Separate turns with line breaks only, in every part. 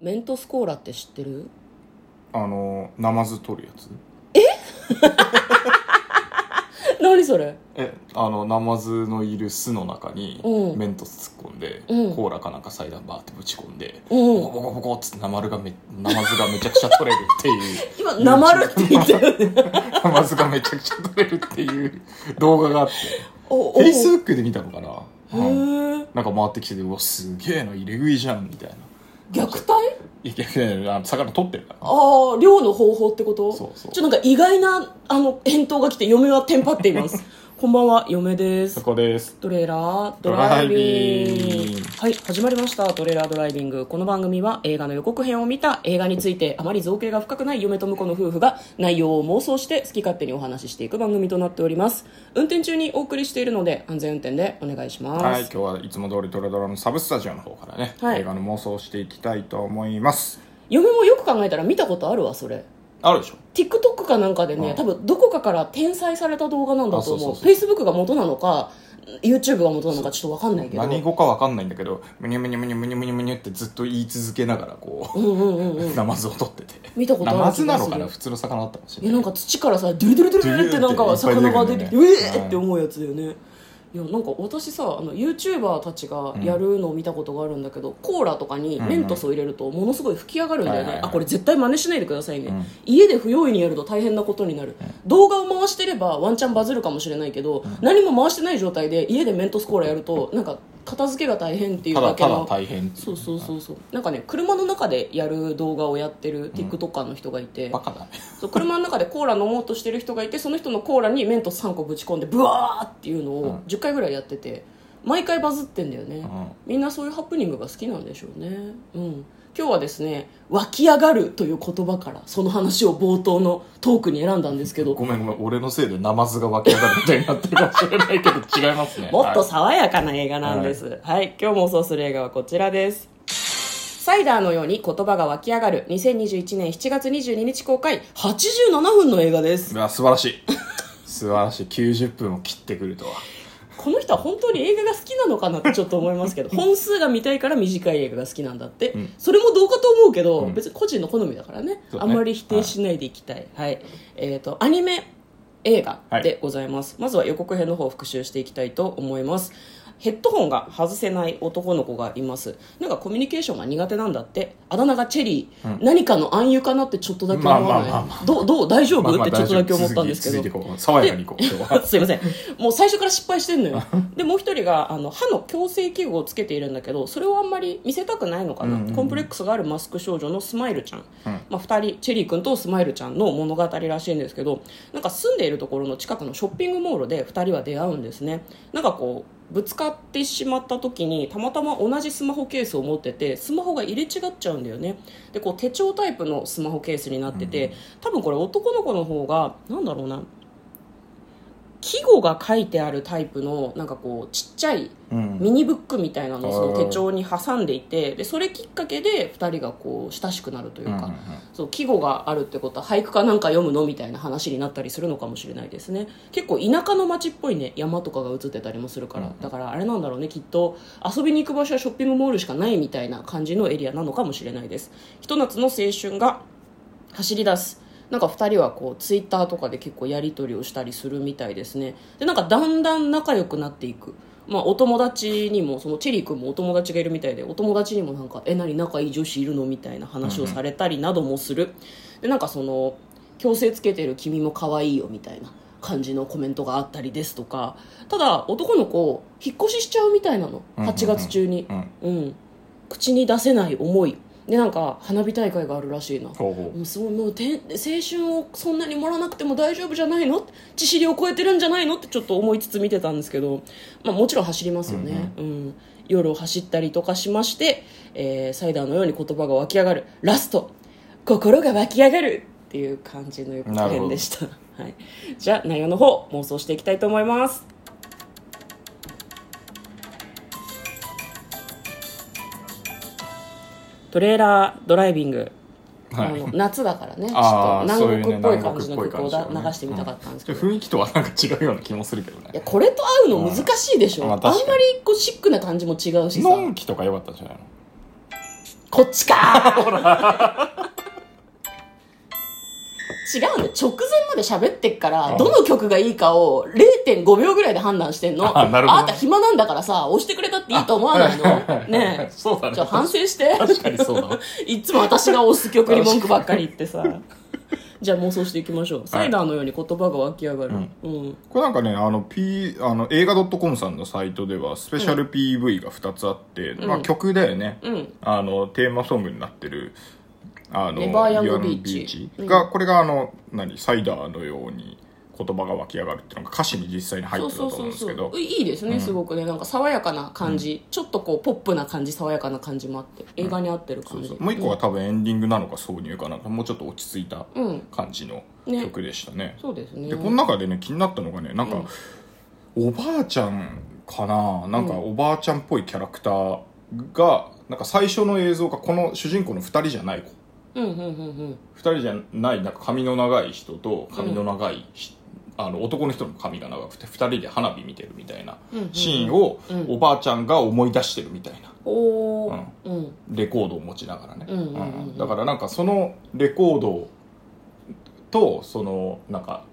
メントスコーラって知ってる
あのナマズ取るやつ
何それ
えあのナマズのいる巣の中に
うん
メントス突っ込んで、
うん
コーラかなんかサイダーバーってぶち込んで、
うん
ボコボコボコっつってナマルがめナマズがめちゃくちゃ取れるっていう
今なまるって言ったよね
ナマズがめちゃくちゃ取れるっていう動画があって
お
フェイスブックで見たのか
へ
な、うん
ー
なんか回ってきててうわすげえな入れ食いじゃんみたいな
虐待
いやいやいやあの魚取ってるから
ああ漁の方法ってこと
そうそう
ちょっとなんか意外なあの返答が来て嫁はテンパっています こんばんは嫁です
そこです
トレーラード
ド
ラ
ラ
イ
イ
ビ
ビ
ン
ン
グ
グ
はい始まりましたトレーラードライビングこの番組は映画の予告編を見た映画についてあまり造形が深くない嫁と婿の夫婦が内容を妄想して好き勝手にお話ししていく番組となっております運転中にお送りしているので安全運転でお願いします
はい、今日はいつも通りドラドラのサブスタジオの方からね、
はい
映画の妄想をしていきたいと思います
嫁もよく考えたら見たことあるわそれ
あるでしょ
TikTok かなんかでね、
うん
多分どこかから転載された動画なんだと
あそう
思う
そう
Facebook が元なのか YouTube が元なのかちょっと分かんないけど
何語かわかんないんだけどむにゅむにゅむにゅむにゅむにゅむにゅってずっと言い続けながらこ
うんうんうんう
うんナマズを取ってて
見たことあ
ナ
る
マズなの
気
か
が
な
す
普通の魚だったかもし
る
れ
えな
な
いんか土からさドゥルドゥルドゥルってなんか魚が出てきて
ドゥル
う
ドゥルっていっぱい出てくる
え
ね
ーって思うやつだよねいやなんか私さあの YouTuber たちがやるのを見たことがあるんだけど、コーラとかにメントスを入れるとものすごい吹き上がるんだよね、
はいはいはい
あこれ絶対真似しないでくださいね、
うん
家で不用意にやると大変なことになる、動画を回してればワンチャンバズるかもしれないけど、何も回してない状態で家でメントスコーラやるとなんか片付けが大変っていう
た
だ
だ
け
た
の
だ大変ってい
そうそうそうそうなんかね車の中でやる動画をやってる TikToker の人がいて、
バカだね
そう車の中でコーラ飲もうとしてる人がいてその人のコーラにメントス3個ぶち込んでブワーっていうの
うん
を10回ぐらいやってて毎回バズってんだよね、
ん
みんなそういうハプニングが好きなんでしょうねうん今日はですね「湧き上がる」という言葉からその話を冒頭のトークに選んだんですけど
ごめんごめん俺のせいでナマズが湧き上がるみたいになってるかもしれないけど違いますね
もっと
はい
爽やかな映画なんです。はい、今日妄想する映画はこちらです。サイダーのように言葉が湧き上がる2021年7月22日公開87分の映画です
う。わ素晴らしい素晴らしい90分を切ってくるとは
この人は本当に映画が好きなのかなってちょっと思います けど本数が見たいから短い映画が好きなんだって、
うん
それもどうかと思うけど、
うん
別に個人の好みだからね
そう
あ
ね
んまり否定しないでいきたい、はいえー、とアニメ映画でございます、まずは予告編の方を復習していきたいと思いますヘッドホンが外せない男の子がいますなんかコミュニケーションが苦手なんだってあだ名がチェリー、何かの暗喩かなってちょっとだけ思わない、
まあまあまあま
どうどう大丈夫、
まあまあ
ってちょっとだけ
大丈夫
思ったんですけど
続き続いていこう爽やかにいこう今日は
すいませんもう最初から失敗してんの よでもう一人があの歯の矯正器具をつけているんだけどそれをあんまり見せたくないのかな、
うんうんうん
コンプレックスがあるマスク少女のスマイルちゃん、まあ、2人チェリー君とスマイルちゃんの物語らしいんですけどなんか住んでいるところの近くのショッピングモールで2人は出会うんですねなんかこうぶつかってしまった時にたまたま同じスマホケースを持っててスマホが入れ違っちゃうんだよねでこう手帳タイプのスマホケースになってて、多分これ男の子の方がなんだろうな季語が書いてあるタイプのなんかこうちっちゃい
うん
ミニブックみたいなのをその
あー
手帳に挟んでいてでそれきっかけで2人がこう親しくなるという
うんうんう
か、
ん
そう季語があるってことは俳句かなんか読むのみたいな話になったりするのかもしれないですね結構田舎の町っぽいね山とかが映ってたりもするから、
うん
だからあれなんだろうねきっと遊びに行く場所はショッピングモールしかないみたいな感じのエリアなのかもしれないですひと夏の青春が走り出すなんか2人はこうツイッターとかで結構やり取りをしたりするみたいですねでなんかだんだん仲良くなっていくまあお友達にもそのチェリー君もお友達がいるみたいでお友達にもなんか「え何仲いい女子いるの?」みたいな話をされたりなどもするでなんかその矯正つけてる君も可愛いよみたいな感じのコメントがあったりですとかただ男の子引っ越ししちゃうみたいなの
うんうんうん
8月中に
うん
うん口に出せない思いでなんか花火大会があるらしいな
ほうほ
もうすごいもうて青春をそんなに盛らなくても大丈夫じゃないの致死量を超えてるんじゃないのってちょっと思いつつ見てたんですけど、まあ、もちろん走りますよね、うん夜を走ったりとかしまして、えーサイダーのように言葉が湧き上がるラスト心が湧き上がるっていう感じの予告編でした、はい、じゃあ内容の方妄想していきたいと思いますトレーラードライビング
うは
あの
い
夏だからねちょっと
あー
南国っぽい感
そ
じの曲を
ういうね南国っぽい感
だ
じのね
流してみたかったんです
ち
け
ょっ
ど、
と雰囲気とはなんか違うような気もするけど
いや
ね
これと合うの難しいでしょ、
うんまあ
あんま
確かに
りこうシックな感じも違うしさ
のんきとか良かったんじゃないの
こっち かー違うんだよ直前まで喋ってっから
あ
どの曲がいいかを0.5秒ぐらいで判断してんの
あなるほど
あなた暇なんだからさ押してくれたっていいと思わないのねえ
そうだね
じゃあ反省 して
確かにそうだわ
いっつも私が押す曲に文句ばっかり言ってさじゃあ妄想していきましょう、サイダーのように言葉が湧き上がる、うん
これなんかねあの、P、あの映画 .com さんのサイトではスペシャル PV が2つあって、まあ、曲だよね、
うん
あのテーマソングになってる「あの
Never Young Beach
Young Beach が、これがあの何サイダーのように言葉が湧き上がるっていうのが歌詞に実際に入っ
そ
て
うそ
たと
う
思う
そ
ん
う
ですけ
そ
ど
ういいですね、すごくねなんか爽やかな感じ、ちょっとこうポップな感じ爽やかな感じもあって映画に合ってる
そ
感
う
じ、
そうもう一個は多分エンディングなのか挿入かなんかもうちょっと落ち着いた
うん
感じの
ね
曲でしたね
そうですね
でこの中でね気になったのがねなんか、おばあちゃんかななんかおばあちゃんっぽいキャラクターがなんか最初の映像がこの主人公の2人じゃない子
うんうんうんうん
2人じゃないなんか髪の長い人と髪の長いし、あの男の人の髪が長くて2人で花火見てるみたいな
うんうん
シーンを
うん
おばあちゃんが思い出してるみたいな
おおうん
レコードを持ちながらね、
うんうんうんうん
だからなんかそのレコードとそのなんか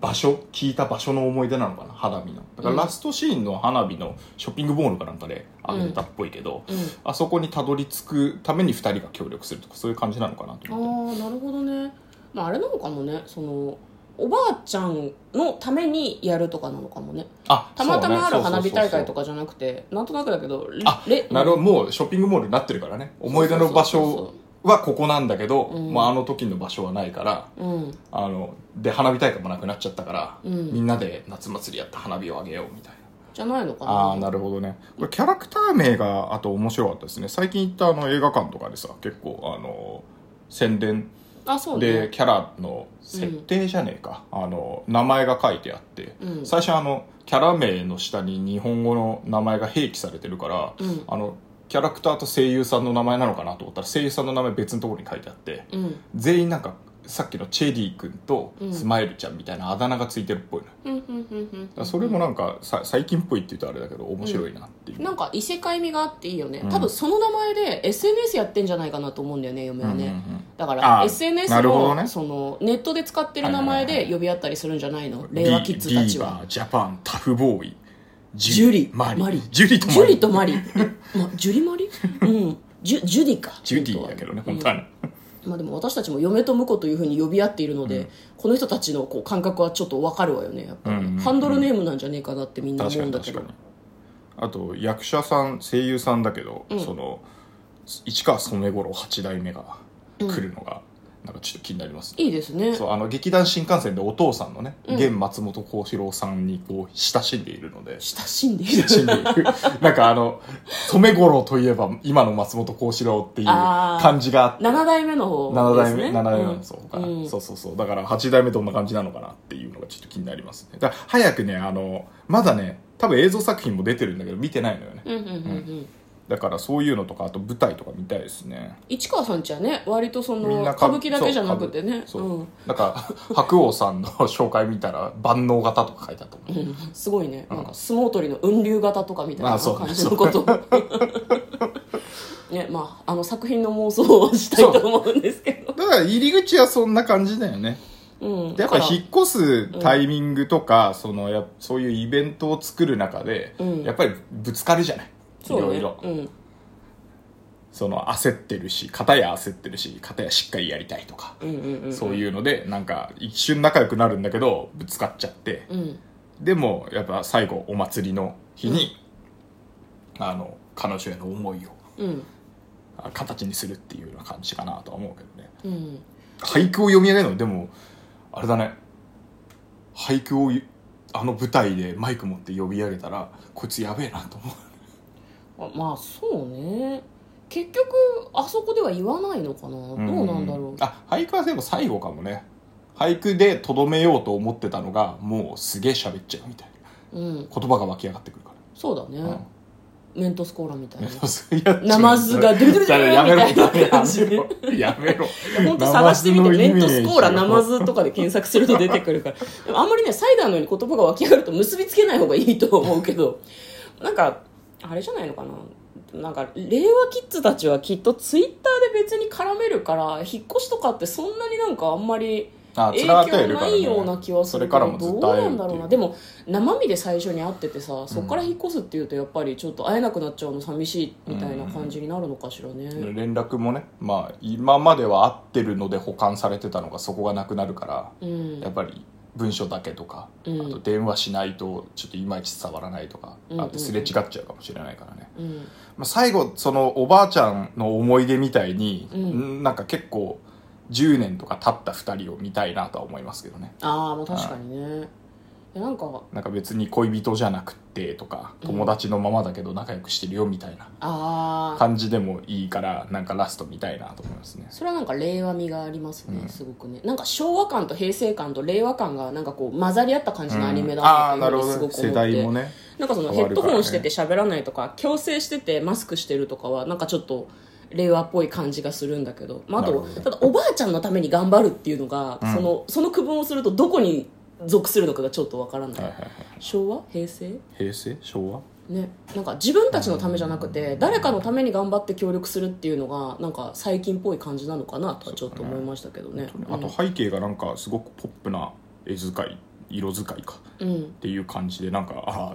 場所聞いた場所の思い出なのかな花火のだからラストシーンの花火のショッピングモールかなんかで上げてたっぽいけど、
う
あそこにたどり着くために2人が協力するとかそういう感じなのかなと思って。
んああなるほどねまああれなのかもねそのおばあちゃんのためにやるとかなのかもね
あ
たまたまある花火大会と
か
かじゃなくてなんとなくだけど
あ
レ
なるほどもうショッピングモールになってるからね思い出の場所はここなんだけど、
うん
まあ、あの時の場所はないから
うん
あので花火大会もなくなっちゃったから、
うん
みんなで夏祭りやった花火をあげようみたいな
じゃないのかな
ああーなるほどねこれキャラクター名があと面白かったですね最近行ったあの映画館とかでさ結構あの宣伝
あそうね
でキャラの設定じゃねえか、あの名前が書いてあって、
うん
最初あのキャラ名の下に日本語の名前が併記されてるから、
うん
あのキャラクターと声優さんの名前なのかなと思ったら声優さんの名前別のところに書いてあって、
うん
全員なんかさっきのチェリー君と
うん
スマイルちゃんみたいなあだ名がついてるっぽいの、だか
うんうんうんうん
らそれもなんかさ最近っぽいって言うとあれだけど面白いなっていう、
なんか異世界味があっていいよね、
うん
多分その名前で SNS やってんじゃないかなと思うんだよね嫁
うんう
は
んう
ね、
ん
だから
あー
SNS
なるほ
も、
どね
そのネットで使ってる名前で呼び合ったりするんじゃないの、
リ
令和キッズたちは
リーバージャパンタフボーイ
ジュリ
マリ
マリ
ジュリとマリ
ジュリとマリ、ま、ジュリ マリうんジュジュディか
ジュディだけどね
うん
本当はね、
まあ、でも私たちも嫁と婿というふうに呼び合っているので、この人たちのこう感覚はちょっとわかるわよねやっぱりね、
うんうんうん
ハンドルネームなんじゃねえかなってみんな
確
思
か
うん
に
だけ
確
ど
かにあと役者さん声優さんだけど、
うん
その市川染五郎八代目が来るのが、なんかちょっと気になりますね
いいですね
そうあの劇団新幹線でお父さんのね、
うん
現松本幸四郎さんにこう親しんでいるので
親しんでいる
親しんでいる なんかあの染五郎といえば今の松本幸四郎っていう
あー
感じがあって
7代目の方
7
で
代
す、
目、
ね、
7代目
う
なん
ん
ですよ他
うん
そうそうそうだから8代目どんな感じなのかなっていうのがちょっと気になりますねだから早くねあのまだね多分映像作品も出てるんだけど見てないのよね
うんうんうんうん
だからそういうのとかあと舞台とか見たいですね
市川さんちはね割とそ
みん
の
な
歌
か
舞伎だけじゃなくてね
そう、なんか 白鸚さんの紹介見たら万能型とか書いてあったもん
うんうん すごいねなんか相撲取りの雲龍型とかみたい
ま
な
あそう
感じのこと をねまああの作品の妄想をしたいと思うんですけ ど
だから入り口はそんな感じだよね
うん
でやっぱ
だから
引っ越すタイミングとか、そのやそういうイベントを作る中で、
うん
やっぱりぶつかるじゃないい
そう
ろ
ね
いろ
うん
その焦ってるし片や焦ってるし片やしっかりやりたいとか、
うんうんうん
そういうのでなんか一瞬仲良くなるんだけどぶつかっちゃって
うん
でもやっぱ最後お祭りの日に、あの彼女への思いを
うん
あ形にするっていうような感じかなとは思うけどね
うん
俳句を読み上げるのでもあれだね俳句をあの舞台でマイク持って呼び上げたらこいつやべえなと思う
あまあそうね結局あそこでは言わないのかなどうなんだろう
あ俳句はでも最後かもね俳句でとどめようと思ってたのがもうすげえ喋っちゃうみたいな
うん
言葉が湧き上がってくるか
そうだね、
ら、
メントスコーラみたいな
うん、
ナマズがドゥルドゥルドゥル
やめろ
みたいな感じで
やめろやめろ
本当探してみて
ナマズの
メ
イメ
ン
ージ
トスコーラナマズとかで検索すると出てくるからでもあんまりねサイダーのように言葉が湧き上がると結びつけない方がいいと思うけどなんかあれじゃないのかななんか令和キッズたちはきっとツイッターで別に絡めるから引っ越しとかってそんなになんかあんまり
あ
影
つながってはい
響
るから、
な
ね、
いような気はす
そ
る
れ
け
から
ど
もずっ
ど
と
う
会
な
える
ん
って
だろう
い
な
う
でも生身で最初に会っててさそこから引っ越すっていうとやっぱりちょっと会えなくなっちゃうの寂しいみたいな感じになるのかしらね、
連絡もねまあ今までは合ってるので保管されてたのがそこがなくなるから、
うん
やっぱり文書だけとか、
うん
あと電話しないとちょっといまいち伝わらないとか、
うんうんうん
あとすれ違っちゃうかもしれないからね、
うん
まあ、最後そのおばあちゃんの思い出みたいに、
うん
んなんか結構10年とか経った2人を見たいなとは思いますけどね
ああまあ確かにねでなんか
なんか別に恋人じゃなくてとか
うん
友達のままだけど仲良くしてるよみたいな
ああ
感じでもいいからなんかラスト見たいなと思いますね
それはなんか令和味がありますね、
うん
すごくねなんか昭和感と平成感と令和感がなんかこう混ざり合った感じのアニメだ
ああー
な
な
って
る
いうふう
ほ
にす
ど
ご
ね
く思って、
世代もね
なんかそのヘ
変
ッ
わる
ド
からね
ホンしてて喋らないとか強制しててマスクしてるとかはなんかちょっと令和っぽい感じがするんだけど、まあ、あ
なる
と
ほど
ただおばあちゃんのために頑張るっていうのが、
うん
そのその区分をするとどこに属するのかがちょっとわからない、
はいはいはい
昭和平成
平成昭和
ね、なんか自分たちのためじゃなくて誰かのために頑張って協力するっていうのがなんか最近っぽい感じなのかなとはちょっと思いましたけどね
あと背景がなんかすごくポップな絵使い色使いかっ
うん、うん
ていう感じでなんかああ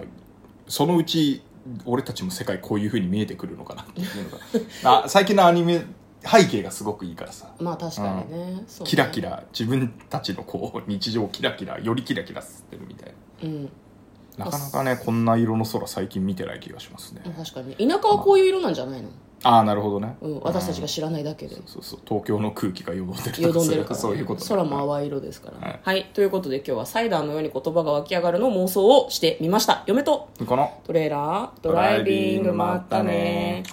そのうち俺たちも世界こういうふうに見えてくるのかなっていうの があ最近のアニメ背景がすごくいいからさ
まあ確かにね,、そうね
キラキラ自分たちのこう日常をキラキラよりキラキラさせてるみたい
うん
ななかなかねこんな色の空最近見てない気がしますね
確かに田舎はこういう色なんじゃないの、
ああなるほどね、
うん、私たちが
うん
知らないだけで
そうそう東京の空気がよどんでる
よ
と
どんでるか、
からそういうことだ
空も淡い色ですから
はい
はい、ということで今日はサイダーのように言葉が湧き上がるの妄想をしてみました嫁と
この
トレーラードライビングまったね